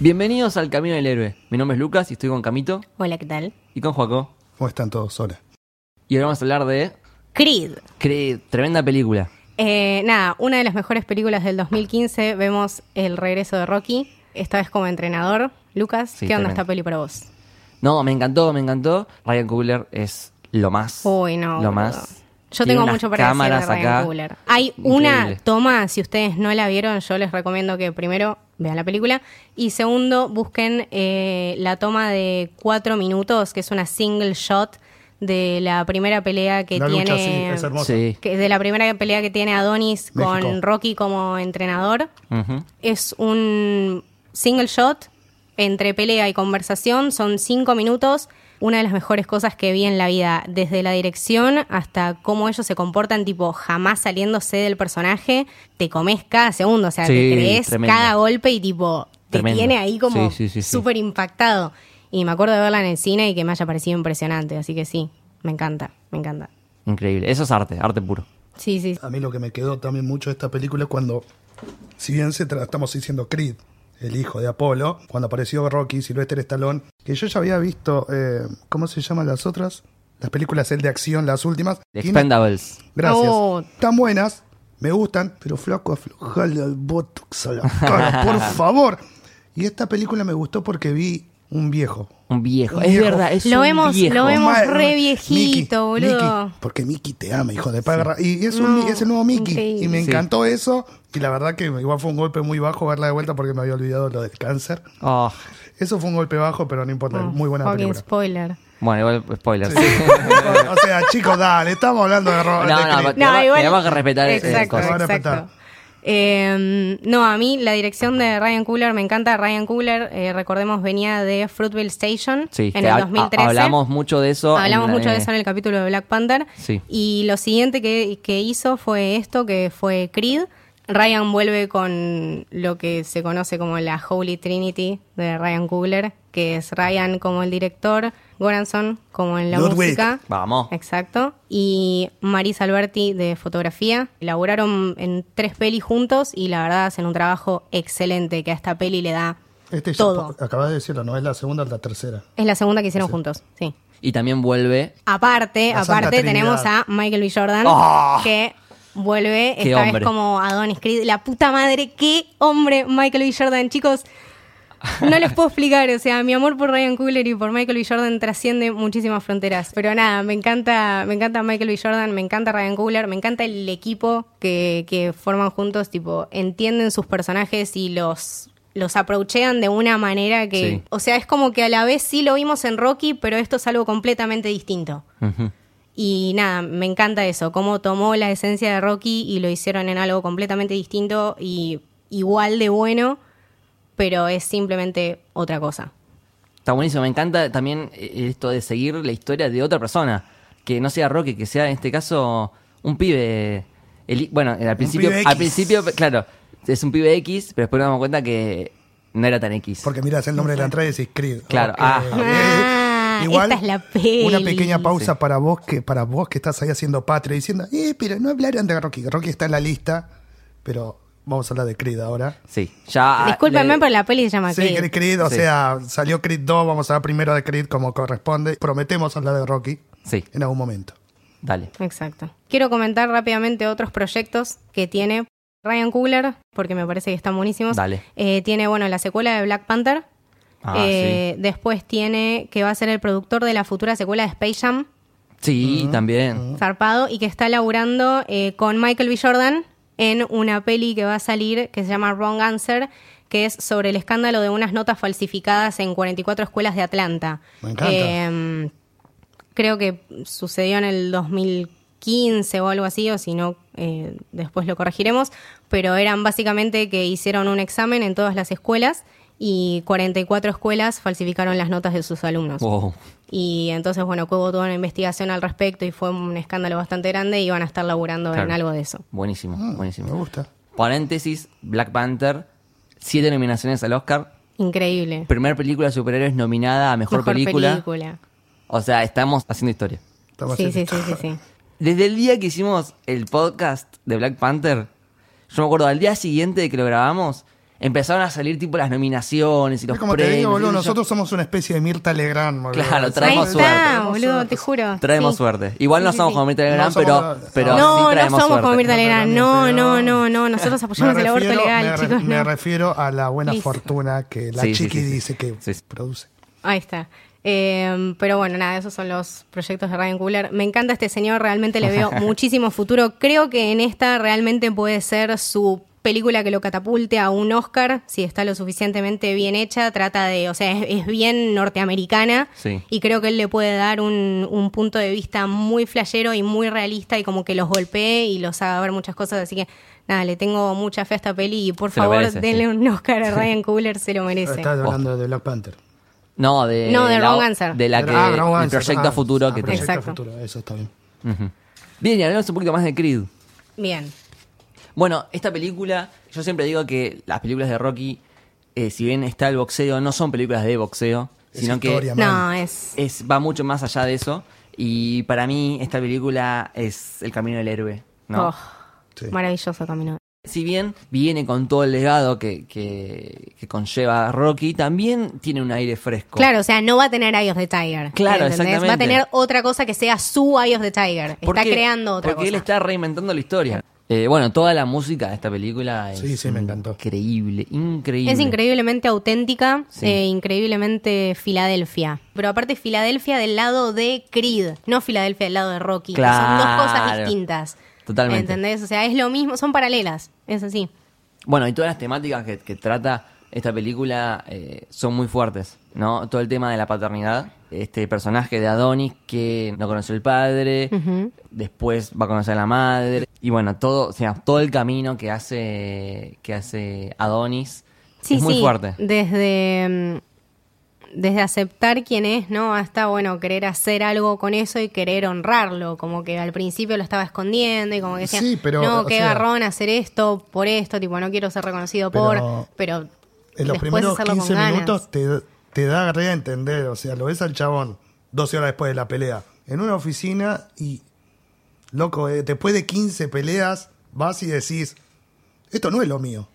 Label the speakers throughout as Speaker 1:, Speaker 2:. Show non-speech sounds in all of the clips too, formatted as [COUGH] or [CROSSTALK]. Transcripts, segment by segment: Speaker 1: Bienvenidos al Camino del Héroe. Mi nombre es Lucas y estoy con Camito
Speaker 2: Hola, ¿qué tal?
Speaker 1: y con Joaco.
Speaker 3: ¿Cómo están todos? Hola.
Speaker 1: Y ahora vamos a hablar de
Speaker 2: Creed.
Speaker 1: Creed, tremenda película.
Speaker 2: Eh, nada, una de las mejores películas del 2015. Vemos el regreso de Rocky, esta vez como entrenador. Lucas,
Speaker 1: Sí,
Speaker 2: ¿qué onda
Speaker 1: tremendo.
Speaker 2: esta peli para vos?
Speaker 1: No, me encantó, me encantó. Ryan Coogler es lo más.
Speaker 2: Uy, no.
Speaker 1: Lo
Speaker 2: boludo.
Speaker 1: más.
Speaker 2: Yo
Speaker 1: Tiene
Speaker 2: tengo
Speaker 1: unas
Speaker 2: mucho para decir de
Speaker 1: cámaras
Speaker 2: Ryan
Speaker 1: acá.
Speaker 2: Coogler. Hay una
Speaker 1: Increíble.
Speaker 2: toma, si ustedes no la vieron, yo les recomiendo que primero vean la película y segundo busquen eh, la toma de cuatro minutos, que es una single shot de la primera pelea que
Speaker 3: la
Speaker 2: tiene...
Speaker 3: lucha, Ah, sí, es hermosa.
Speaker 1: Sí.
Speaker 2: que de la primera pelea que tiene Adonis
Speaker 3: México.
Speaker 2: con Rocky como entrenador.
Speaker 1: Ujú.
Speaker 2: Es un single shot entre pelea y conversación. Son cinco minutos. Una de las mejores cosas que vi en la vida, desde la dirección hasta cómo ellos se comportan, tipo jamás saliéndose del personaje, te comes cada segundo, o sea,
Speaker 1: Sí,
Speaker 2: te crees
Speaker 1: tremendo.
Speaker 2: cada golpe y tipo te
Speaker 1: Tremendo.
Speaker 2: tiene ahí como
Speaker 1: Sí, sí, sí, sí.
Speaker 2: súper impactado. Y me acuerdo de verla en el cine y que me haya parecido impresionante, así que sí, me encanta, me encanta.
Speaker 1: Increíble. Eso es arte, arte puro.
Speaker 2: Sí, sí,
Speaker 3: A mí lo que me quedó también mucho de esta película es cuando, si bien se tra- estamos diciendo Creed, el hijo de Apolo, cuando apareció Rocky, Sylvester Stallone, que yo ya había visto, eh, ¿cómo se llaman las otras? Las películas, el de acción, las últimas. Tiene-
Speaker 1: Expendables.
Speaker 3: Gracias.
Speaker 2: Oh.
Speaker 3: Tan buenas, me gustan, pero flaco, aflojale al botox a la cara, por favor. Y esta película me gustó porque vi un viejo.
Speaker 1: Un viejo.
Speaker 3: Un
Speaker 1: Es
Speaker 3: viejo.
Speaker 1: verdad, es
Speaker 2: Lo
Speaker 1: un
Speaker 2: vemos,
Speaker 1: viejo.
Speaker 2: lo vemos.
Speaker 3: Madre,
Speaker 2: re
Speaker 3: Mickey,
Speaker 2: viejito, boludo.
Speaker 3: Mickey, porque Mickey te ama, hijo de perra. Y es, un-
Speaker 2: No,
Speaker 3: es el nuevo Mickey.
Speaker 2: increíble.
Speaker 3: Y me
Speaker 1: Sí.
Speaker 3: encantó eso. Y la verdad que igual fue un golpe muy bajo verla de vuelta porque me había olvidado lo del cáncer.
Speaker 1: Oh,
Speaker 3: Eso fue un golpe bajo, pero no importa.
Speaker 2: Oh,
Speaker 3: muy buena
Speaker 2: fucking
Speaker 3: película.
Speaker 2: spoiler.
Speaker 1: Bueno, igual spoilers.
Speaker 3: [LAUGHS] o sea, chicos, dale, estamos hablando de
Speaker 1: No,
Speaker 3: rock.
Speaker 1: no, Tenemos- tenemos que respetar esas
Speaker 2: Exacto,
Speaker 3: cosas.
Speaker 2: exacto. Eh, no, a mí la dirección de Ryan Coogler me encanta. Ryan Coogler, eh, recordemos, venía de Fruitville Station
Speaker 1: Sí,
Speaker 2: en
Speaker 1: te
Speaker 2: el
Speaker 1: ha-
Speaker 2: 2013.
Speaker 1: hablamos mucho de eso. en
Speaker 2: Hablamos
Speaker 1: la-
Speaker 2: mucho de eso en el capítulo de Black Panther.
Speaker 1: Sí.
Speaker 2: Y lo siguiente que, que hizo fue esto, que fue Creed. Ryan vuelve con lo que se conoce como la Holy Trinity de Ryan Coogler, que es Ryan como el director, Goranson como en la
Speaker 3: Ludwig.
Speaker 2: música.
Speaker 1: Vamos.
Speaker 2: Exacto. Y Maris Alberti de fotografía. Elaboraron en tres pelis juntos y la verdad hacen un trabajo excelente que a esta peli le da
Speaker 3: Este ya
Speaker 2: todo.
Speaker 3: po- acabas de decirlo, no es la segunda, es la tercera.
Speaker 2: Es la segunda que hicieron juntos, sí.
Speaker 1: Y también vuelve.
Speaker 2: Aparte,
Speaker 3: La Santa
Speaker 2: aparte
Speaker 3: Trinidad.
Speaker 2: tenemos a Michael B. Jordan
Speaker 1: ¡Ah!
Speaker 2: que vuelve
Speaker 1: Qué
Speaker 2: esta
Speaker 1: hombre.
Speaker 2: vez como Adonis Creed. La puta madre, qué hombre Michael B. Jordan, chicos. No les puedo explicar, o sea, mi amor por Ryan Coogler y por Michael B. Jordan trasciende muchísimas fronteras. Pero nada, me encanta, me encanta Michael B. Jordan, me encanta Ryan Coogler, me encanta el equipo que, que forman juntos, tipo, entienden sus personajes y los los aprochean de una manera que,
Speaker 1: Sí.
Speaker 2: o sea, es como que a la vez sí lo vimos en Rocky, pero esto es algo completamente distinto.
Speaker 1: Ujú.
Speaker 2: Y nada, me encanta eso, cómo tomó la esencia de Rocky y lo hicieron en algo completamente distinto y igual de bueno, pero es simplemente otra cosa.
Speaker 1: Está buenísimo. Me encanta también eh, esto de seguir la historia de otra persona. Que no sea Rocky, que sea en este caso un pibe. El- bueno, al principio,
Speaker 3: pibe
Speaker 1: al
Speaker 3: X.
Speaker 1: principio, claro, es un pibe X, pero después nos damos cuenta que no era tan X.
Speaker 3: Porque miras el nombre de la entrada y decís Creed.
Speaker 1: Claro,
Speaker 3: Ok. [LAUGHS]
Speaker 1: ah.
Speaker 2: Ah, esta es la peli.
Speaker 3: Una pequeña pausa para vos que para vos que estás ahí haciendo patria diciendo, eh, pero no hablaron de Rocky. Rocky está en la lista, pero vamos a hablar de Creed ahora.
Speaker 1: Sí, ya.
Speaker 2: Discúlpenme,
Speaker 1: Ah, le-
Speaker 2: pero la peli se llama
Speaker 3: Sí,
Speaker 2: Creed.
Speaker 3: Creed, Creed, o
Speaker 1: Sí.
Speaker 3: sea, salió Creed 2, vamos a hablar primero de Creed como corresponde. Prometemos hablar de Rocky
Speaker 1: Sí,
Speaker 3: en algún momento.
Speaker 1: dale.
Speaker 2: Exacto. Quiero comentar rápidamente otros proyectos que tiene Ryan Coogler, porque me parece que están buenísimos.
Speaker 1: Dale.
Speaker 2: Eh, tiene, bueno, la secuela de Black Panther.
Speaker 1: Ah,
Speaker 2: Eh, Después tiene que va a ser el productor de la futura secuela de Space Jam.
Speaker 1: Sí, también.
Speaker 2: zarpado y que está laburando eh, con Michael B. Jordan en una peli que va a salir que se llama Wrong Answer, que es sobre el escándalo de unas notas falsificadas en 44 escuelas de Atlanta.
Speaker 3: Me encanta.
Speaker 2: Eh, creo que sucedió en el 2015 o algo así, o si no, eh, después lo corregiremos, pero eran básicamente que hicieron un examen en todas las escuelas y 44 escuelas falsificaron las notas de sus alumnos.
Speaker 1: Wow.
Speaker 2: Y entonces, bueno, hubo toda una investigación al respecto y fue un escándalo bastante grande y van a estar laburando en
Speaker 1: Claro.
Speaker 2: algo de eso.
Speaker 1: Buenísimo,
Speaker 3: Ah, Me
Speaker 1: buenísimo.
Speaker 3: gusta.
Speaker 1: Paréntesis, Black Panther, siete nominaciones al Oscar.
Speaker 2: Increíble.
Speaker 1: Primer película de superhéroes nominada a mejor, O sea, estamos haciendo historia.
Speaker 3: Estamos
Speaker 2: Sí, sí,
Speaker 3: haciendo-
Speaker 2: sí, sí, sí.
Speaker 1: Desde el día que hicimos el podcast de Black Panther, yo me acuerdo, al día siguiente de que lo grabamos, empezaron a salir tipo las nominaciones y los
Speaker 3: Es como
Speaker 1: premios.
Speaker 3: te digo,
Speaker 1: y
Speaker 3: boludo,
Speaker 1: yo-
Speaker 3: nosotros somos una especie de Mirta Legrand, boludo.
Speaker 1: Claro,
Speaker 2: Ahí
Speaker 1: traemos
Speaker 2: está,
Speaker 1: suerte.
Speaker 2: boludo, te juro.
Speaker 1: Traemos
Speaker 2: Sí.
Speaker 1: suerte. Igual no
Speaker 2: Sí, sí,
Speaker 1: somos
Speaker 2: sí.
Speaker 1: como Mirta Legrand,
Speaker 3: No
Speaker 1: pero,
Speaker 3: somos-
Speaker 1: pero sí
Speaker 2: No, no
Speaker 1: traemos
Speaker 2: somos
Speaker 1: suerte.
Speaker 2: como Mirta Legrand. No, no,
Speaker 3: pero-
Speaker 2: no, no.
Speaker 3: [LAUGHS]
Speaker 2: Nosotros apoyamos el aborto legal,
Speaker 3: me re-
Speaker 2: chicos.
Speaker 3: me
Speaker 2: no.
Speaker 3: refiero a la buena
Speaker 2: Listo.
Speaker 3: fortuna que la
Speaker 1: Sí, sí,
Speaker 3: chiqui
Speaker 1: sí, sí.
Speaker 3: dice que
Speaker 1: Sí, sí.
Speaker 3: produce.
Speaker 2: Ahí está. Eh, pero bueno, nada, esos son los proyectos de Ryan Coogler. Me encanta este señor, realmente le
Speaker 1: [LAUGHS]
Speaker 2: veo muchísimo futuro. Creo que en esta realmente puede ser su película que lo catapulte a un Oscar, si está lo suficientemente bien hecha. Trata de, o sea, es, es bien norteamericana
Speaker 1: Sí.
Speaker 2: y creo que él le puede dar un, un punto de vista muy flashero y muy realista y como que los golpee y los haga ver muchas cosas. Así que nada, le tengo mucha fe a esta peli y por
Speaker 1: Se lo
Speaker 2: favor
Speaker 1: merece,
Speaker 2: denle
Speaker 1: sí.
Speaker 2: un
Speaker 1: [LAUGHS]
Speaker 2: Oscar a Ryan Coogler, se lo merece.
Speaker 3: Estás
Speaker 1: Oh.
Speaker 3: hablando de Black Panther.
Speaker 1: No, de,
Speaker 2: No, de
Speaker 1: la,
Speaker 2: Wrong Answer.
Speaker 1: De la que,
Speaker 3: Ah, Brown
Speaker 1: el
Speaker 3: Answer.
Speaker 1: proyecto
Speaker 3: Ah,
Speaker 1: futuro
Speaker 3: ah,
Speaker 1: que tenemos.
Speaker 3: proyecto
Speaker 2: Exacto.
Speaker 3: futuro, eso está bien.
Speaker 1: Bien, y hablemos un poquito más de Creed.
Speaker 2: Bien.
Speaker 1: Bueno, esta película, yo siempre digo que las películas de Rocky, eh, si bien está el boxeo, no son películas de boxeo,
Speaker 3: Es
Speaker 1: sino
Speaker 3: historia,
Speaker 1: que
Speaker 2: No, es.
Speaker 1: es, va mucho más allá de eso. Y para mí, esta película es El Camino del Héroe. ¿no?
Speaker 2: oh,
Speaker 3: Sí.
Speaker 2: Maravilloso camino.
Speaker 1: Si bien viene con todo el legado que, que, que conlleva Rocky, también tiene un aire fresco.
Speaker 2: Claro, o sea, no va a tener Eye of the Tiger.
Speaker 1: Claro,
Speaker 2: ¿entendés?
Speaker 1: exactamente.
Speaker 2: Va a tener otra cosa que sea su Eye of the Tiger. Está
Speaker 1: Porque-
Speaker 2: creando otra
Speaker 1: Porque él
Speaker 2: cosa.
Speaker 1: está reinventando la historia. Eh, bueno, toda la música de esta película es
Speaker 3: Sí, sí, me encantó.
Speaker 1: increíble, increíble.
Speaker 2: Es increíblemente auténtica,
Speaker 1: Sí.
Speaker 2: eh, increíblemente Filadelfia. Pero aparte Filadelfia del lado de Creed, no Filadelfia del lado de Rocky. que Son
Speaker 1: Claro.
Speaker 2: dos cosas distintas.
Speaker 1: Totalmente.
Speaker 2: ¿Entendés? O sea, es lo mismo, son paralelas, es así.
Speaker 1: Bueno, y todas las temáticas que, que trata esta película eh, son muy fuertes, ¿no? Todo el tema de la paternidad, este personaje de Adonis que no conoció el padre, después va a conocer a la madre, y bueno, todo, o sea, todo el camino que hace, que hace Adonis
Speaker 2: Sí,
Speaker 1: es muy
Speaker 2: sí,
Speaker 1: fuerte.
Speaker 2: Desde, mm, desde aceptar quién es, ¿no? Hasta, bueno, querer hacer algo con eso y querer honrarlo. Como que al principio lo estaba escondiendo y como que decía,
Speaker 3: Sí, pero,
Speaker 2: no,
Speaker 3: o
Speaker 2: qué
Speaker 3: sea-
Speaker 2: garrón hacer esto por esto, tipo, no quiero ser reconocido
Speaker 3: Pero-
Speaker 2: por, pero
Speaker 3: En los
Speaker 2: después
Speaker 3: primeros
Speaker 2: hacerlo
Speaker 3: 15
Speaker 2: con ganas.
Speaker 3: minutos te, te da re a entender, o sea, lo ves al chabón 12 horas después de la pelea, en una oficina y, loco, eh, después de 15 peleas vas y decís, esto no es lo mío.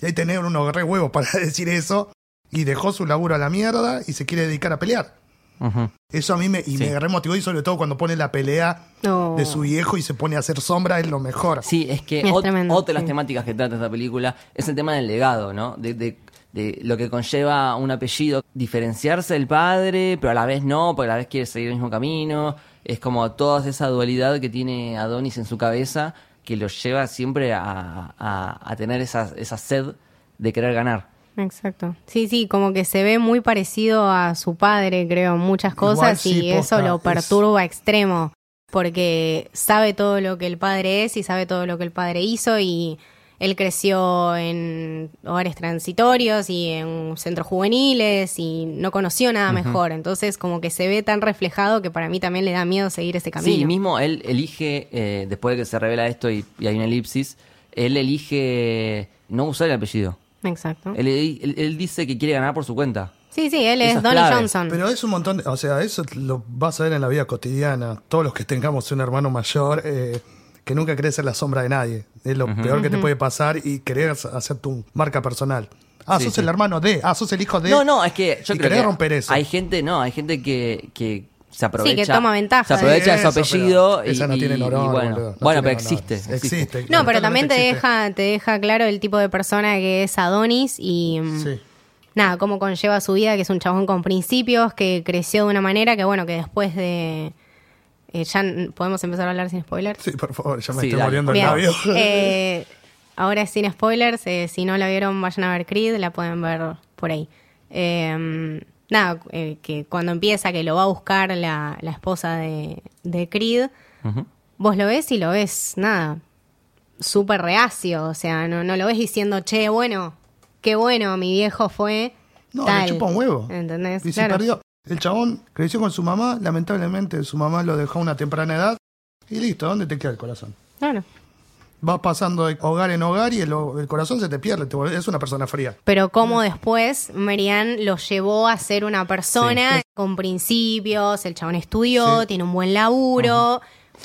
Speaker 3: Y ahí tenés unos re huevos para [LAUGHS] decir eso y dejó su laburo a la mierda y se quiere dedicar a pelear.
Speaker 1: Ujú.
Speaker 3: Eso a mí me, y
Speaker 1: Sí.
Speaker 3: me remotivó y sobre todo cuando pone la pelea
Speaker 2: No.
Speaker 3: de su viejo y se pone a hacer sombra es lo mejor.
Speaker 1: Sí, es que
Speaker 2: Es
Speaker 1: ot-
Speaker 2: tremendo,
Speaker 1: otra de las
Speaker 2: sí.
Speaker 1: temáticas que trata esta película es el tema del legado, ¿no? De, de- de lo que conlleva un apellido, diferenciarse del padre, pero a la vez no, porque a la vez quiere seguir el mismo camino. Es como toda esa dualidad que tiene Adonis en su cabeza que lo lleva siempre a, a- a tener esa, esa sed de querer ganar.
Speaker 2: Exacto. Sí, sí, como que se ve muy parecido a su padre, creo, en muchas
Speaker 3: Igual
Speaker 2: cosas
Speaker 3: sí,
Speaker 2: y eso
Speaker 3: posta,
Speaker 2: lo
Speaker 3: es-
Speaker 2: perturba a extremo, porque sabe todo lo que el padre es y sabe todo lo que el padre hizo y él creció en hogares transitorios y en centros juveniles y no conoció nada mejor, entonces como que se ve tan reflejado que para mí también le da miedo seguir ese camino.
Speaker 1: Sí, mismo él elige, eh, después de que se revela esto y, y hay una elipsis, él elige no usar el apellido.
Speaker 2: Exacto.
Speaker 1: Él- él- él dice que quiere ganar por su cuenta.
Speaker 2: Sí, sí, él
Speaker 1: Eso
Speaker 2: es
Speaker 1: es
Speaker 2: Donnie
Speaker 1: clave.
Speaker 2: Johnson.
Speaker 3: Pero es un montón, de- o sea, eso lo vas a ver en la vida cotidiana. Todos los que tengamos un hermano mayor eh, que nunca crece en la sombra de nadie. Es lo peor que te puede pasar y querer hacer tu marca personal. Ah,
Speaker 1: Sí,
Speaker 3: sos
Speaker 1: sí.
Speaker 3: el hermano de, ah, sos el hijo de.
Speaker 1: No, no, es que yo
Speaker 3: y
Speaker 1: creo
Speaker 3: querer
Speaker 1: que
Speaker 3: romper eso.
Speaker 1: hay gente, no, hay gente que, que se aprovecha.
Speaker 2: Sí, que toma ventaja.
Speaker 1: Se aprovecha de su
Speaker 3: Eso, pero
Speaker 1: apellido y,
Speaker 3: esa no tiene
Speaker 1: y- y
Speaker 3: honor,
Speaker 1: bueno,
Speaker 3: boludo, no
Speaker 1: bueno, pero
Speaker 3: tiene honor.
Speaker 1: existe, existe.
Speaker 3: Existe.
Speaker 2: No, pero también te
Speaker 3: existe.
Speaker 2: deja, te deja claro el tipo de persona que es Adonis y mm,
Speaker 3: Sí.
Speaker 2: nada, cómo conlleva su vida, que es un chabón con principios, que creció de una manera que bueno, que después de eh, ya n- podemos empezar a hablar sin spoilers.
Speaker 3: Sí, por favor, ya me
Speaker 1: Sí,
Speaker 3: estoy
Speaker 1: dale.
Speaker 3: muriendo el
Speaker 2: Bien.
Speaker 3: labio.
Speaker 2: [LAUGHS] Eh, ahora es sin spoilers. eh, si no la vieron, vayan a ver Creed. La pueden ver por ahí. Eh, nada, eh, que cuando empieza, que lo va a buscar la, la esposa de, de Creed. Vos lo ves y lo ves, nada, súper reacio. O sea, no, no lo ves diciendo, che, bueno, qué bueno, mi viejo fue.
Speaker 3: No,
Speaker 2: tal".
Speaker 3: le chupa un huevo.
Speaker 2: ¿Entendés?
Speaker 3: Y se
Speaker 2: Claro.
Speaker 3: perdió. El chabón creció con su mamá, lamentablemente su mamá lo dejó a una temprana edad. Y listo, ¿dónde te queda el corazón?
Speaker 2: Claro.
Speaker 3: Vas pasando de hogar en hogar y el, el corazón se te pierde. te volvés- es una persona fría.
Speaker 2: Pero cómo después Marianne lo llevó a ser una persona con principios, el chabón estudió,
Speaker 3: Sí.
Speaker 2: tiene un buen laburo,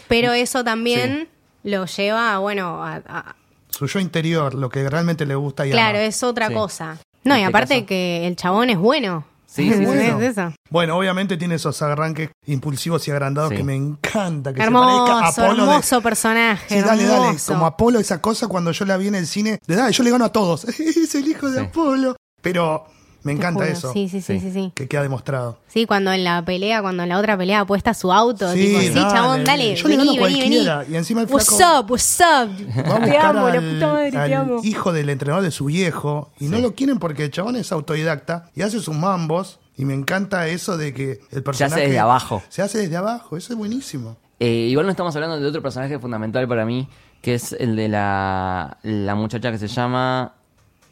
Speaker 2: pero eso también lo lleva, bueno, a, a-
Speaker 3: su yo interior, lo que realmente le gusta y
Speaker 2: Claro,
Speaker 3: ama.
Speaker 2: es otra
Speaker 1: Sí.
Speaker 2: cosa. No,
Speaker 1: En
Speaker 2: y
Speaker 1: este
Speaker 2: aparte
Speaker 1: caso.
Speaker 2: que el chabón es bueno.
Speaker 1: Sí,
Speaker 2: [LAUGHS]
Speaker 1: sí, sí,
Speaker 2: ¿Entendés
Speaker 1: sí.
Speaker 2: eso?
Speaker 3: Bueno, obviamente tiene esos arranques impulsivos y agrandados
Speaker 1: Sí.
Speaker 3: que me encanta. Que se
Speaker 2: Hermoso,
Speaker 3: parezca a Apolo de-
Speaker 2: hermoso personaje.
Speaker 3: Sí, dale, dale.
Speaker 2: hermoso.
Speaker 3: Como Apolo, esa cosa cuando yo la vi en el cine, de dale, yo le gano a todos. [LAUGHS] es el hijo de
Speaker 1: Sí.
Speaker 3: Apolo. Pero me
Speaker 2: Te
Speaker 3: encanta
Speaker 2: juro.
Speaker 3: eso.
Speaker 2: Sí, sí, sí,
Speaker 1: Sí.
Speaker 2: sí, sí.
Speaker 3: Que queda demostrado.
Speaker 2: Sí, cuando en la pelea, cuando en la otra pelea apuesta su auto.
Speaker 3: Sí,
Speaker 2: tipo, sí,
Speaker 3: dale,
Speaker 2: chabón, dale.
Speaker 3: yo le
Speaker 2: vení,
Speaker 3: gano a
Speaker 2: vení, vení.
Speaker 3: cualquiera, y encima el
Speaker 2: What's
Speaker 3: flaco-
Speaker 2: up, what's up.
Speaker 3: Va a
Speaker 2: Te
Speaker 3: buscar
Speaker 2: amo, la
Speaker 3: al-
Speaker 2: puta madre, te
Speaker 3: al
Speaker 2: amo.
Speaker 3: hijo del entrenador de su viejo y no lo quieren porque el chabón es autodidacta y hace sus mambos y me encanta eso de que el personaje
Speaker 1: desde abajo.
Speaker 3: Se hace desde abajo, eso es buenísimo.
Speaker 1: Eh, igual no estamos hablando de otro personaje fundamental para mí, que es el de la, la muchacha que se llama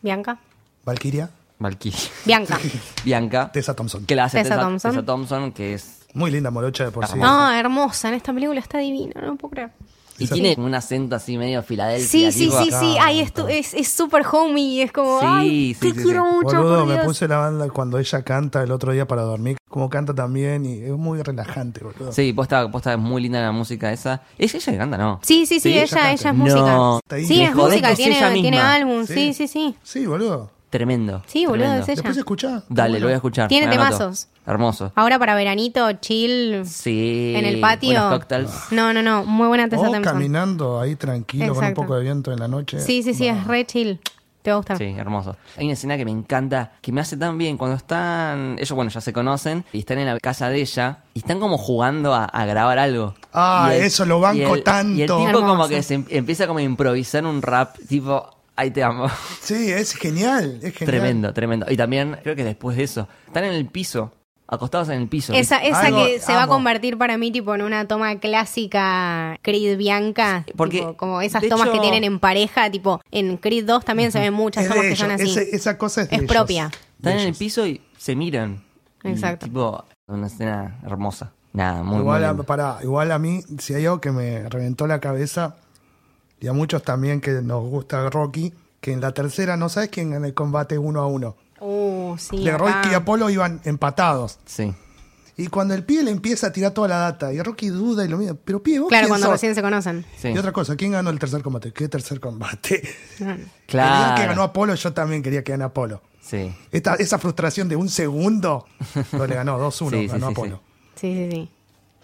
Speaker 2: Bianca.
Speaker 3: Valkyria,
Speaker 1: Valkyrie. [LAUGHS]
Speaker 2: Bianca.
Speaker 1: Bianca.
Speaker 3: Tessa Thompson.
Speaker 1: Que la hace
Speaker 2: Tessa
Speaker 1: Tessa,
Speaker 2: Thompson.
Speaker 1: Tessa Thompson, que es.
Speaker 3: Muy linda morocha de por sí.
Speaker 2: No, Ah, hermosa. En esta película está divina, no lo puedo creer.
Speaker 1: Y
Speaker 3: Esa-
Speaker 1: tiene como un acento así medio Filadelfia.
Speaker 2: Sí, sí,
Speaker 1: tipo.
Speaker 2: sí, sí.
Speaker 3: acá,
Speaker 2: Ay,
Speaker 3: acá.
Speaker 2: esto es es súper homie. Es como,
Speaker 1: Sí,
Speaker 2: ay,
Speaker 1: sí,
Speaker 2: te
Speaker 1: sí,
Speaker 2: quiero
Speaker 1: sí.
Speaker 2: mucho,
Speaker 3: Boludo,
Speaker 2: por
Speaker 3: me
Speaker 2: Dios.
Speaker 3: puse la banda cuando ella canta el otro día para dormir, como canta también y es muy relajante, boludo.
Speaker 1: Sí, posta, posta es muy linda la música esa. ¿Es ella que canta, no?
Speaker 2: Sí, sí, sí,
Speaker 3: ella
Speaker 2: ella, ella
Speaker 3: canta.
Speaker 2: es música.
Speaker 1: No.
Speaker 3: Está ahí.
Speaker 2: Sí,
Speaker 3: Me
Speaker 2: es
Speaker 1: jodés que
Speaker 2: música,
Speaker 1: es ella
Speaker 2: tiene, tiene
Speaker 1: misma.
Speaker 2: álbum,
Speaker 3: Sí.
Speaker 2: sí, sí, sí.
Speaker 3: Sí, boludo.
Speaker 1: Tremendo.
Speaker 2: Sí, boludo,
Speaker 1: tremendo.
Speaker 2: es ella.
Speaker 3: Después escuchá.
Speaker 1: Dale, lo voy a escuchar.
Speaker 2: Tiene
Speaker 1: me anoto.
Speaker 2: temazos.
Speaker 1: Hermoso.
Speaker 2: Ahora para veranito, chill.
Speaker 1: Sí.
Speaker 2: En el patio.
Speaker 1: Buenos cócteles.
Speaker 2: No, no, no, muy buena Tessa
Speaker 3: O
Speaker 2: Thompson.
Speaker 3: Oh, caminando ahí tranquilo con un
Speaker 2: Exacto.
Speaker 3: poco de viento en la noche.
Speaker 2: Sí, sí, sí, es re chill. Te va a gustar.
Speaker 1: Sí, hermoso. Hay una escena que me encanta, que me hace tan bien. Cuando están. Ellos, bueno, ya se conocen y están en la casa de ella y están como jugando a, a grabar algo.
Speaker 3: Ah,
Speaker 1: Y
Speaker 3: eso lo banco
Speaker 1: y el- Y el
Speaker 3: tanto.
Speaker 1: tipo
Speaker 2: Hermoso.
Speaker 1: como que se em- empieza como a improvisar un rap, tipo, ahí te amo. [LAUGHS]
Speaker 3: Sí, es genial, es genial.
Speaker 1: Tremendo, tremendo. Y también creo que después de eso, están en el piso, acostados en el piso.
Speaker 2: Esa, esa
Speaker 3: Algo
Speaker 2: que se va a
Speaker 3: amo.
Speaker 2: convertir para mí tipo en una toma clásica Creed Bianca,
Speaker 1: Porque,
Speaker 2: tipo, como esas
Speaker 1: de
Speaker 2: tomas que
Speaker 1: hecho-
Speaker 2: tienen en pareja, tipo en Creed 2 también se ven muchas
Speaker 3: Es de
Speaker 2: tomas que
Speaker 3: ellos,
Speaker 2: son así.
Speaker 3: ese- esa cosa es de
Speaker 2: Es
Speaker 3: ellos.
Speaker 2: propia.
Speaker 1: Están en el piso y se miran. Y,
Speaker 2: Exacto.
Speaker 1: tipo, una escena hermosa. Nada, muy,
Speaker 3: igual,
Speaker 1: muy
Speaker 3: a,
Speaker 1: lindo.
Speaker 3: pará, igual a mí, si hay algo que me reventó la cabeza, y a muchos también que nos gusta Rocky, que en la tercera no sabes quién gana el combate uno a uno.
Speaker 2: Uh, sí.
Speaker 3: De Rocky y
Speaker 2: acá.
Speaker 3: Apolo iban empatados.
Speaker 1: Sí.
Speaker 3: Y cuando el pibe le empieza a tirar toda la data, y Rocky duda y lo mira, pero pibe, vos
Speaker 2: Claro,
Speaker 3: quién
Speaker 2: cuando
Speaker 3: sos?".
Speaker 2: recién se conocen.
Speaker 1: Sí.
Speaker 3: Y otra cosa, ¿quién ganó el tercer combate? ¿Qué
Speaker 1: [LAUGHS]
Speaker 3: tercer combate?
Speaker 2: Ah,
Speaker 3: El día
Speaker 1: Claro.
Speaker 3: que ganó Apolo, yo también quería que ganara Apolo.
Speaker 1: Sí.
Speaker 3: Esta, esa frustración de un segundo, lo le ganó 2-1,
Speaker 1: Sí, sí,
Speaker 3: ganó
Speaker 1: sí,
Speaker 3: Apolo.
Speaker 2: Sí, sí, sí.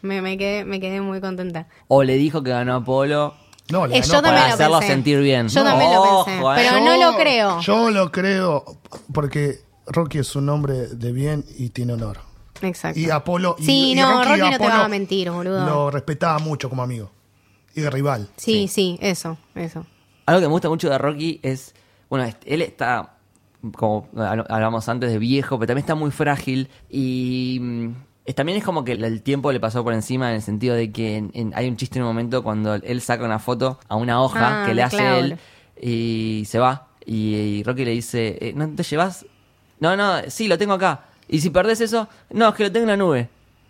Speaker 2: Me, me quedé, me quedé muy contenta.
Speaker 1: O le dijo que ganó Apolo.
Speaker 3: No, le
Speaker 2: Eh,
Speaker 3: ganó
Speaker 2: yo también
Speaker 1: para
Speaker 2: lo
Speaker 3: Apolo.
Speaker 1: hacerlo
Speaker 2: pensé.
Speaker 1: sentir bien.
Speaker 2: Yo también lo
Speaker 1: Ojo,
Speaker 2: pensé.
Speaker 1: eh.
Speaker 2: Pero no lo creo.
Speaker 3: Yo lo creo porque Rocky es un hombre de bien y tiene honor.
Speaker 2: Exacto.
Speaker 3: Y Apolo. y-
Speaker 2: Sí,
Speaker 3: y
Speaker 2: no,
Speaker 3: Rocky,
Speaker 2: Rocky no te
Speaker 3: Apolo
Speaker 2: va a mentir, boludo.
Speaker 3: Lo respetaba mucho como amigo y rival.
Speaker 2: sí, sí, eso, eso.
Speaker 1: Algo que me gusta mucho de Rocky es, bueno, est- él está, como habl- hablábamos antes, de viejo, pero también está muy frágil y mm, es- también es como que el- el tiempo le pasó por encima en el sentido de que en- en- hay un chiste en un momento cuando él saca una foto a una hoja
Speaker 2: Ah,
Speaker 1: que le
Speaker 2: de
Speaker 1: hace
Speaker 2: Cloud.
Speaker 1: él y se va y, y Rocky le dice, eh, ¿no te llevas? No, no, sí, lo tengo acá. Y si perdés eso, no, es que lo tengo en la nube.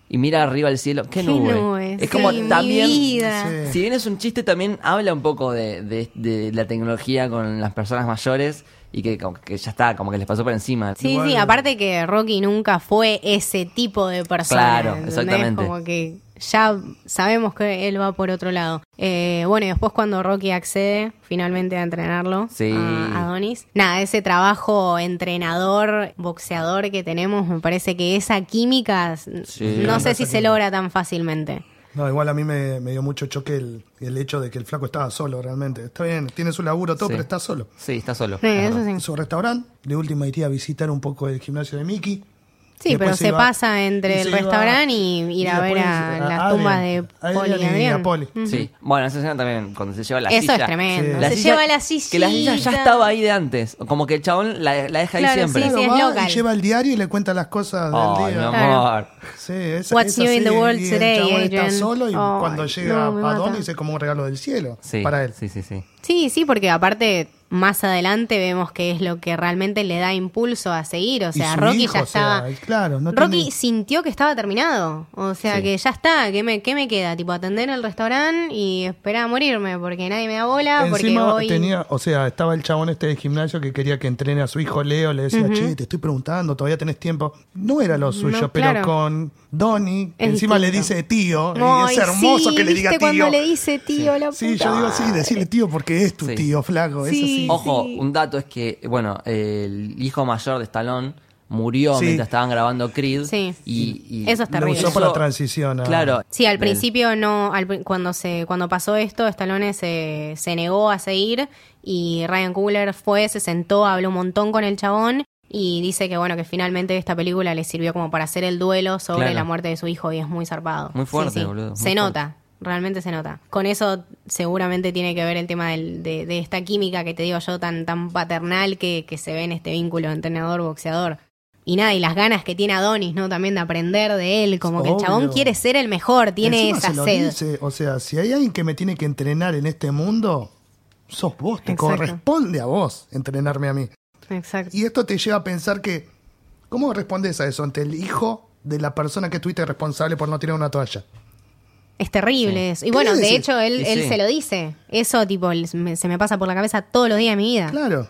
Speaker 1: Y mira arriba al cielo. ¿Qué, nube? Es como
Speaker 2: Sí, mi
Speaker 1: también...
Speaker 2: vida.
Speaker 3: Sí.
Speaker 1: Si bien es un chiste, también habla un poco de, de- de la tecnología con las personas mayores y que, como que ya está, como que les pasó por encima.
Speaker 2: Sí,
Speaker 3: Igual-
Speaker 2: sí, aparte que Rocky nunca fue ese tipo de persona.
Speaker 1: Claro,
Speaker 2: ¿entendés?
Speaker 1: exactamente.
Speaker 2: Como que ya sabemos que él va por otro lado. Eh, bueno, y después cuando Rocky accede finalmente a entrenarlo
Speaker 1: Sí.
Speaker 2: a Adonis, nada, ese trabajo entrenador, boxeador que tenemos, me parece que esa química
Speaker 1: Sí.
Speaker 2: no sé si se logra tan fácilmente.
Speaker 3: No, igual a mí me, me dio mucho choque el, el hecho de que el flaco estaba solo realmente. Está bien, tiene su laburo todo,
Speaker 1: Sí.
Speaker 3: pero está solo.
Speaker 1: Sí, está solo.
Speaker 2: Sí, eso sí.
Speaker 3: En su restaurante, de última iría a visitar un poco el gimnasio de Mickey.
Speaker 2: Sí,
Speaker 3: Después
Speaker 2: pero se
Speaker 3: iba-
Speaker 2: pasa entre
Speaker 3: y
Speaker 2: el
Speaker 3: se iba-
Speaker 2: restaurante y ir a ver
Speaker 3: después
Speaker 2: a las tumbas
Speaker 3: Adrian,
Speaker 2: de Poli y
Speaker 3: Adrian y
Speaker 2: Adrián. Mm.
Speaker 3: a Poli.
Speaker 1: Sí. Bueno, esa escena también, cuando se lleva la
Speaker 2: Eso
Speaker 1: silla.
Speaker 2: es tremendo.
Speaker 3: Sí.
Speaker 2: Se
Speaker 1: silla-
Speaker 2: lleva la
Speaker 1: Que la silla ya
Speaker 2: sillita.
Speaker 1: estaba ahí de antes. Como que el chabón la, la deja ahí
Speaker 2: Claro,
Speaker 1: siempre.
Speaker 2: sí,
Speaker 3: Claro,
Speaker 2: es
Speaker 3: va
Speaker 2: local.
Speaker 3: Y lleva el diario y le cuenta las cosas
Speaker 1: Ay,
Speaker 3: del
Speaker 1: mi
Speaker 3: día.
Speaker 1: amor.
Speaker 3: Sí, esa-
Speaker 2: What's
Speaker 3: esa
Speaker 2: new in the
Speaker 3: serie,
Speaker 2: world
Speaker 3: y
Speaker 2: today,
Speaker 3: El chabón está
Speaker 2: Adrian?
Speaker 3: solo y
Speaker 2: Ay,
Speaker 3: cuando llega
Speaker 2: no, me
Speaker 3: a
Speaker 2: mata.
Speaker 3: Adonis es como un regalo del cielo
Speaker 1: Sí.
Speaker 3: para él.
Speaker 1: Sí, sí, sí.
Speaker 2: Sí, sí, porque aparte más adelante vemos que es lo que realmente le da impulso a seguir. O
Speaker 3: Y
Speaker 2: sea,
Speaker 3: su
Speaker 2: Rocky
Speaker 3: hijo,
Speaker 2: ya
Speaker 3: o sea,
Speaker 2: estaba.
Speaker 3: claro, no
Speaker 2: Rocky
Speaker 3: tiene-
Speaker 2: sintió que estaba terminado. O sea,
Speaker 1: Sí.
Speaker 2: que ya está. ¿Qué me, ¿Qué me queda? Tipo, atender el restaurante y esperar a morirme porque nadie me da bola. Ah, porque
Speaker 3: Encima
Speaker 2: voy.
Speaker 3: tenía, o sea, estaba el chabón este del gimnasio que quería que entrene a su hijo Leo, le decía, che, te estoy preguntando, todavía tenés tiempo. No era lo suyo,
Speaker 2: No,
Speaker 3: pero
Speaker 2: claro.
Speaker 3: con Donnie,
Speaker 2: Es
Speaker 3: encima le
Speaker 2: distinto.
Speaker 3: dice tío, y
Speaker 2: Ay,
Speaker 3: es hermoso
Speaker 2: sí,
Speaker 3: que le diga
Speaker 2: ¿viste
Speaker 3: tío.
Speaker 2: cuando le dice tío la
Speaker 3: sí,
Speaker 2: puta
Speaker 3: yo digo sí,
Speaker 2: madre?
Speaker 3: decirle tío porque es tu
Speaker 1: Sí.
Speaker 3: tío, flaco, es
Speaker 2: Sí.
Speaker 3: así.
Speaker 1: Ojo,
Speaker 2: Sí.
Speaker 1: un dato es que, bueno, el hijo mayor de Stallone murió
Speaker 3: Sí.
Speaker 1: mientras estaban grabando Creed.
Speaker 2: Sí.
Speaker 1: Y, y-
Speaker 2: Eso está
Speaker 3: Lo
Speaker 2: terrible.
Speaker 3: usó para transición. a-
Speaker 1: Claro.
Speaker 2: Sí, al
Speaker 1: Del-
Speaker 2: principio no, al pri- cuando se cuando pasó esto, Stallone se, se negó a seguir y Ryan Coogler fue, se sentó, habló un montón con el chabón y dice que bueno, que finalmente esta película le sirvió como para hacer el duelo sobre
Speaker 1: Claro.
Speaker 2: la muerte de su hijo y es muy zarpado.
Speaker 1: Muy fuerte, boludo, muy
Speaker 2: se
Speaker 1: fuerte.
Speaker 2: nota, realmente se nota. Con eso seguramente tiene que ver el tema del- de, de esta química que te digo yo tan tan paternal que, que se ve en este vínculo entrenador-boxeador. Y nada, y las ganas que tiene Adonis, ¿no? También de aprender de él, como que el chabón
Speaker 3: Obvio.
Speaker 2: quiere ser el mejor, tiene
Speaker 3: Encima se
Speaker 2: esa
Speaker 3: lo
Speaker 2: sed.
Speaker 3: dice, o sea, si hay alguien que me tiene que entrenar en este mundo, sos vos, te
Speaker 2: Exacto.
Speaker 3: corresponde a vos entrenarme a mí.
Speaker 2: Exacto.
Speaker 3: Y esto te lleva a pensar que, ¿cómo respondes a eso ante el hijo de la persona que estuviste responsable por no tirar una toalla?
Speaker 2: Es terrible eso. Y
Speaker 3: ¿Qué
Speaker 2: bueno,
Speaker 3: le
Speaker 2: de
Speaker 3: decís?
Speaker 2: hecho, él,
Speaker 1: Y
Speaker 2: él
Speaker 1: sí.
Speaker 2: se lo dice. Eso, tipo, el- me- se me pasa por la cabeza todos los días de mi vida.
Speaker 3: Claro.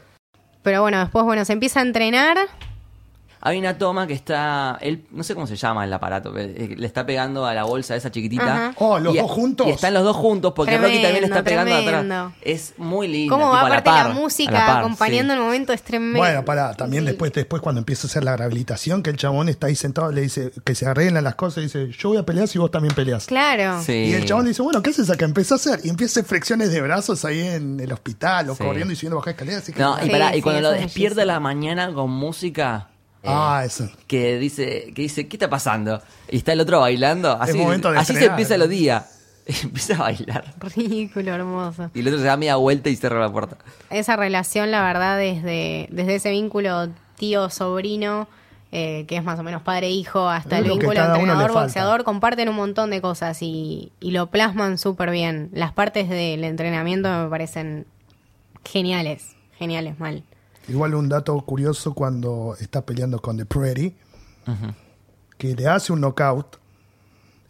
Speaker 2: Pero bueno, después, bueno, se empieza a entrenar.
Speaker 1: Hay una toma que está. Él, no sé cómo se llama el aparato, pero, eh, le está pegando a la bolsa esa chiquitita.
Speaker 2: Ajá.
Speaker 3: Oh, ¿los
Speaker 1: Y-
Speaker 3: dos juntos?
Speaker 1: Y están los dos juntos porque Rocky también le está
Speaker 2: Tremendo,
Speaker 1: pegando atrás.
Speaker 2: tremendo.
Speaker 1: Es muy lindo.
Speaker 2: Cómo va aparte la, música acompañando
Speaker 1: acompañando
Speaker 2: el momento es tremendo.
Speaker 3: Bueno, pará, también
Speaker 2: Sí.
Speaker 3: después, después cuando empieza a hacer la rehabilitación, que el chabón está ahí sentado, le dice que se arreglan las cosas, y dice, yo voy a pelear si vos también peleas.
Speaker 2: Claro.
Speaker 1: Sí.
Speaker 3: Y el chabón le dice, bueno, ¿qué haces acá? Empezó a hacer, y empieza a hacer fricciones de brazos ahí en el hospital, o
Speaker 1: Sí.
Speaker 3: corriendo y subiendo bajas escaleras. Así que,
Speaker 1: No, y,
Speaker 2: Sí,
Speaker 1: pará, y
Speaker 2: sí,
Speaker 1: cuando
Speaker 2: eso
Speaker 1: lo
Speaker 2: es
Speaker 1: despierta
Speaker 2: bellísimo.
Speaker 1: a la mañana con música. eh,
Speaker 3: ah, eso.
Speaker 1: que dice, que dice, ¿qué está pasando? Y está el otro bailando. Así,
Speaker 3: momento de
Speaker 1: así se
Speaker 3: estrenar.
Speaker 1: empieza el día. [LAUGHS] empieza a bailar.
Speaker 2: [LAUGHS] Ridículo, hermoso.
Speaker 1: Y el otro se da media vuelta y cierra la puerta.
Speaker 2: esa relación, la verdad, desde, desde ese vínculo tío-sobrino, eh, que es más o menos padre-hijo, hasta
Speaker 3: Es
Speaker 2: el
Speaker 3: lo que
Speaker 2: vínculo
Speaker 3: cada uno le falta.
Speaker 2: entrenador-boxeador, comparten un montón de cosas y, y lo plasman súper bien. Las partes del entrenamiento me parecen geniales, geniales, mal.
Speaker 3: Igual un dato curioso cuando está peleando con The Pretty, que le hace un knockout.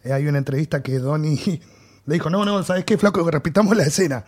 Speaker 3: Eh, hay una entrevista que Donnie [LAUGHS] le dijo, no, no, ¿sabes qué, flaco? Que repitamos la escena.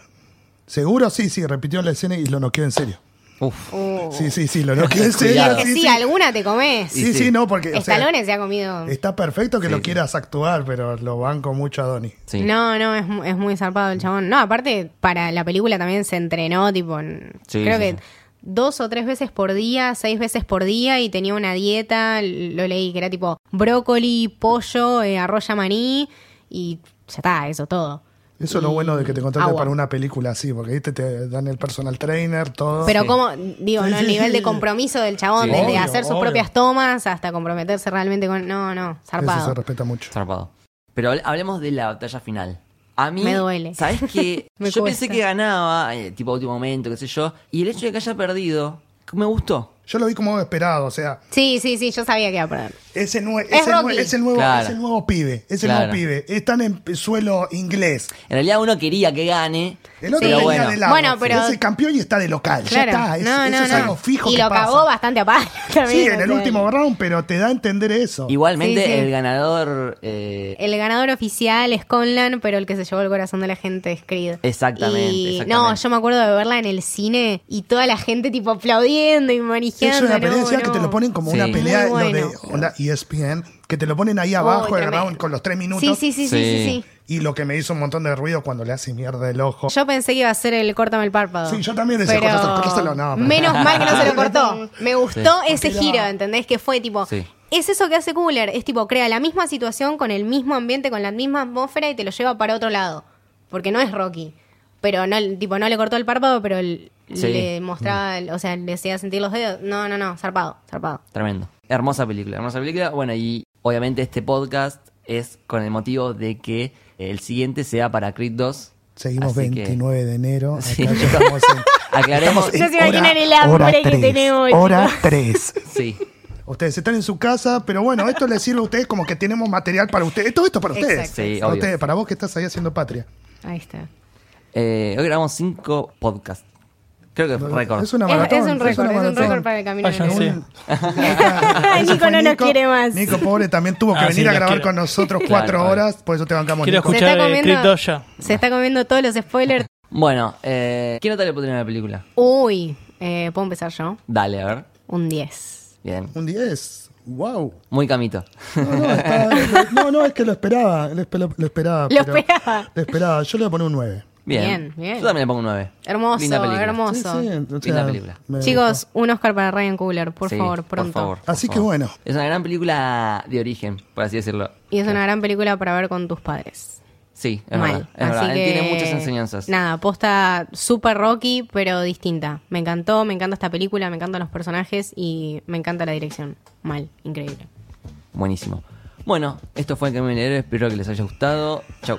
Speaker 3: Seguro, sí, sí, repitió la escena y lo noqueó en serio.
Speaker 1: Uf.
Speaker 2: Uh,
Speaker 3: Sí, sí, sí, lo
Speaker 1: [LAUGHS]
Speaker 3: noqueó en serio.
Speaker 1: Oh. Cuidado.
Speaker 2: que sí, alguna te comes.
Speaker 3: Sí,
Speaker 1: Sí.
Speaker 3: sí, no, porque o sea,
Speaker 2: Estalones se ha comido.
Speaker 3: está perfecto que
Speaker 1: Sí,
Speaker 3: lo
Speaker 1: sí.
Speaker 3: quieras actuar, pero lo banco mucho a Donnie.
Speaker 1: Sí.
Speaker 2: No, no, es, mu- es muy zarpado el chabón. No, aparte, para la película también se entrenó, tipo, en-
Speaker 1: Sí,
Speaker 2: creo
Speaker 1: sí,
Speaker 2: que
Speaker 1: sí.
Speaker 2: dos o tres veces por día, seis veces por día, y tenía una dieta, l- lo leí, que era tipo brócoli, pollo, eh, arroz maní, y ya está, eso todo.
Speaker 3: Eso es lo bueno de que te contraten
Speaker 2: agua.
Speaker 3: para una película así, porque ahí te, te dan el personal trainer, todo.
Speaker 2: Pero
Speaker 1: Sí.
Speaker 2: como, digo,
Speaker 3: Sí,
Speaker 2: ¿no?
Speaker 3: sí,
Speaker 2: el nivel
Speaker 3: sí.
Speaker 2: de compromiso del chabón,
Speaker 1: Sí.
Speaker 2: desde
Speaker 1: Obvio,
Speaker 2: hacer sus
Speaker 3: obvio.
Speaker 2: propias tomas hasta comprometerse realmente con... No, no,
Speaker 3: Eso se
Speaker 2: zarpado.
Speaker 3: respeta mucho.
Speaker 1: Zarpado. Pero hable- hablemos de la batalla final. A mí,
Speaker 2: Me duele.
Speaker 1: ¿Sabes
Speaker 2: [LAUGHS]
Speaker 1: qué?
Speaker 2: Me
Speaker 1: yo
Speaker 2: cuesta.
Speaker 1: pensé que ganaba, eh, tipo a último momento, qué sé yo. Y el hecho de que haya perdido, me gustó.
Speaker 3: Yo lo vi como esperado, o sea,
Speaker 2: Sí, sí, sí, yo sabía que iba a perder.
Speaker 3: Ese nue- es, el
Speaker 2: Rocky.
Speaker 3: nue- es el nuevo,
Speaker 1: Claro.
Speaker 3: es el nuevo pibe, es el
Speaker 1: Claro.
Speaker 3: nuevo pibe. Están en p- suelo inglés.
Speaker 1: En realidad uno quería que gane.
Speaker 3: El otro
Speaker 1: pero
Speaker 3: venía
Speaker 1: bueno.
Speaker 3: de lado.
Speaker 2: Bueno, pero-
Speaker 3: Es el campeón y está de local.
Speaker 2: Claro.
Speaker 3: Ya está. Es,
Speaker 2: no,
Speaker 3: eso
Speaker 2: no,
Speaker 3: es
Speaker 2: no.
Speaker 3: algo fijo
Speaker 2: Y
Speaker 3: que
Speaker 2: lo
Speaker 3: pasa.
Speaker 2: cagó bastante a palo
Speaker 3: Sí,
Speaker 2: también,
Speaker 3: en
Speaker 2: o
Speaker 3: el
Speaker 2: sea,
Speaker 3: último round, pero te da a entender eso.
Speaker 1: Igualmente
Speaker 2: Sí, sí.
Speaker 1: el ganador... eh,
Speaker 2: El ganador oficial es Conlan, pero el que se llevó el corazón de la gente es Creed.
Speaker 1: Exactamente,
Speaker 2: Y,
Speaker 1: exactamente.
Speaker 2: No, yo me acuerdo de verla en el cine y toda la gente tipo aplaudiendo y
Speaker 3: Es
Speaker 2: manejando.
Speaker 3: una pelea
Speaker 2: no,
Speaker 3: encima que
Speaker 2: no.
Speaker 3: te lo ponen como
Speaker 1: Sí.
Speaker 3: una pelea
Speaker 2: Muy
Speaker 3: lo de
Speaker 2: bueno.
Speaker 3: onda E ESPN, que te lo ponen ahí abajo del
Speaker 2: tremendo.
Speaker 3: round con los tres minutos.
Speaker 2: Sí, sí, sí, sí, sí,
Speaker 1: Sí.
Speaker 2: sí.
Speaker 3: Y lo que me hizo un montón de ruido cuando le hace mierda el ojo.
Speaker 2: Yo pensé que iba a ser el córtame el párpado.
Speaker 3: Sí, yo también decía,
Speaker 2: Pero
Speaker 3: "Córtaselo, córtaselo", no, pero-
Speaker 2: Menos mal que no se lo
Speaker 3: [LAUGHS]
Speaker 2: cortó. Me gustó ese
Speaker 3: Porque
Speaker 2: giro,
Speaker 3: era-
Speaker 2: ¿entendés? Que fue tipo.
Speaker 1: Sí.
Speaker 2: Es eso que hace Cooler. Es tipo, crea la misma situación con el mismo ambiente, con la misma atmósfera y te lo lleva para otro lado. Porque no es Rocky. Pero no, tipo, no le cortó el párpado, pero el-
Speaker 1: Sí. Mm.
Speaker 2: le mostraba, el- o sea, le hacía sentir los dedos. No, no, no, zarpado, zarpado.
Speaker 1: Tremendo. Hermosa película, hermosa película. Bueno, y obviamente este podcast es con el motivo de que el siguiente sea para Creed 2.
Speaker 3: Seguimos
Speaker 1: Así que-
Speaker 3: 29 de enero.
Speaker 1: [LAUGHS]
Speaker 3: Acá
Speaker 1: Sí.
Speaker 3: ya estamos en-
Speaker 1: Aclaremos.
Speaker 3: [LAUGHS] estamos en
Speaker 2: No se imaginan el hambre que tenemos,
Speaker 3: Hora 3.
Speaker 1: Sí.
Speaker 3: Ustedes están en su casa, pero bueno, esto les sirve a ustedes como que tenemos material para ustedes. Todo esto para ustedes.
Speaker 2: Exacto.
Speaker 1: Sí,
Speaker 3: para
Speaker 1: obvio.
Speaker 3: ustedes, para vos que estás ahí haciendo patria.
Speaker 2: Ahí está.
Speaker 1: Eh, hoy grabamos cinco podcasts. Creo que récord.
Speaker 3: Es una
Speaker 2: Es-
Speaker 3: maratón.
Speaker 2: es un récord, es un
Speaker 3: maratón.
Speaker 2: récord para el camino
Speaker 3: Aún-
Speaker 2: del [LAUGHS]
Speaker 4: Váyanse.
Speaker 3: Esa
Speaker 2: Nico
Speaker 3: fue
Speaker 2: no nos quiere más.
Speaker 3: Nico, pobre, también tuvo que
Speaker 4: Ah, sí,
Speaker 3: venir a
Speaker 4: los
Speaker 3: grabar
Speaker 4: quiero.
Speaker 3: con nosotros cuatro
Speaker 1: Claro,
Speaker 3: horas, por eso te bancamos,
Speaker 4: Quiero
Speaker 3: Nico.
Speaker 2: Se
Speaker 4: escuchar
Speaker 2: está
Speaker 4: eh,
Speaker 2: comiendo-
Speaker 4: Creed 2 ya.
Speaker 2: Se está comiendo todos los spoilers.
Speaker 1: Bueno, eh, ¿qué nota le pondrían a la película?
Speaker 2: Uy, eh, ¿puedo empezar yo?
Speaker 1: Dale, a ver.
Speaker 2: Un 10.
Speaker 1: Bien.
Speaker 3: Un 10. Wow.
Speaker 1: Muy camito.
Speaker 3: No no, está- no, no, es que lo esperaba. Lo, espe- lo esperaba.
Speaker 2: Lo
Speaker 3: pero-
Speaker 2: esperaba.
Speaker 3: Lo esperaba. Yo le voy a poner un 9.
Speaker 1: [LAUGHS] Bien.
Speaker 2: Bien, bien.
Speaker 1: Yo también le pongo un 9.
Speaker 2: Hermoso,
Speaker 1: Linda película.
Speaker 3: Sí,
Speaker 2: hermoso.
Speaker 3: sí, o sea,
Speaker 1: Linda película.
Speaker 3: me-
Speaker 2: Chicos, un Oscar para Ryan Coogler, por
Speaker 1: Sí,
Speaker 2: favor, pronto.
Speaker 1: Por favor, por
Speaker 3: Así que
Speaker 1: favor.
Speaker 3: bueno.
Speaker 1: Es una gran película de origen, por así decirlo.
Speaker 2: Y es una gran película para ver con tus padres.
Speaker 1: Sí, es
Speaker 2: Mal.
Speaker 1: verdad. Es
Speaker 2: Así
Speaker 1: verdad. Él
Speaker 2: que,
Speaker 1: tiene muchas enseñanzas.
Speaker 2: Nada, posta super Rocky, pero distinta. Me encantó, me encanta esta película, me encantan los personajes y me encanta la dirección. Mal, increíble.
Speaker 1: Buenísimo. Bueno, esto fue el Camino del Héroe. Espero que les haya gustado. Chau.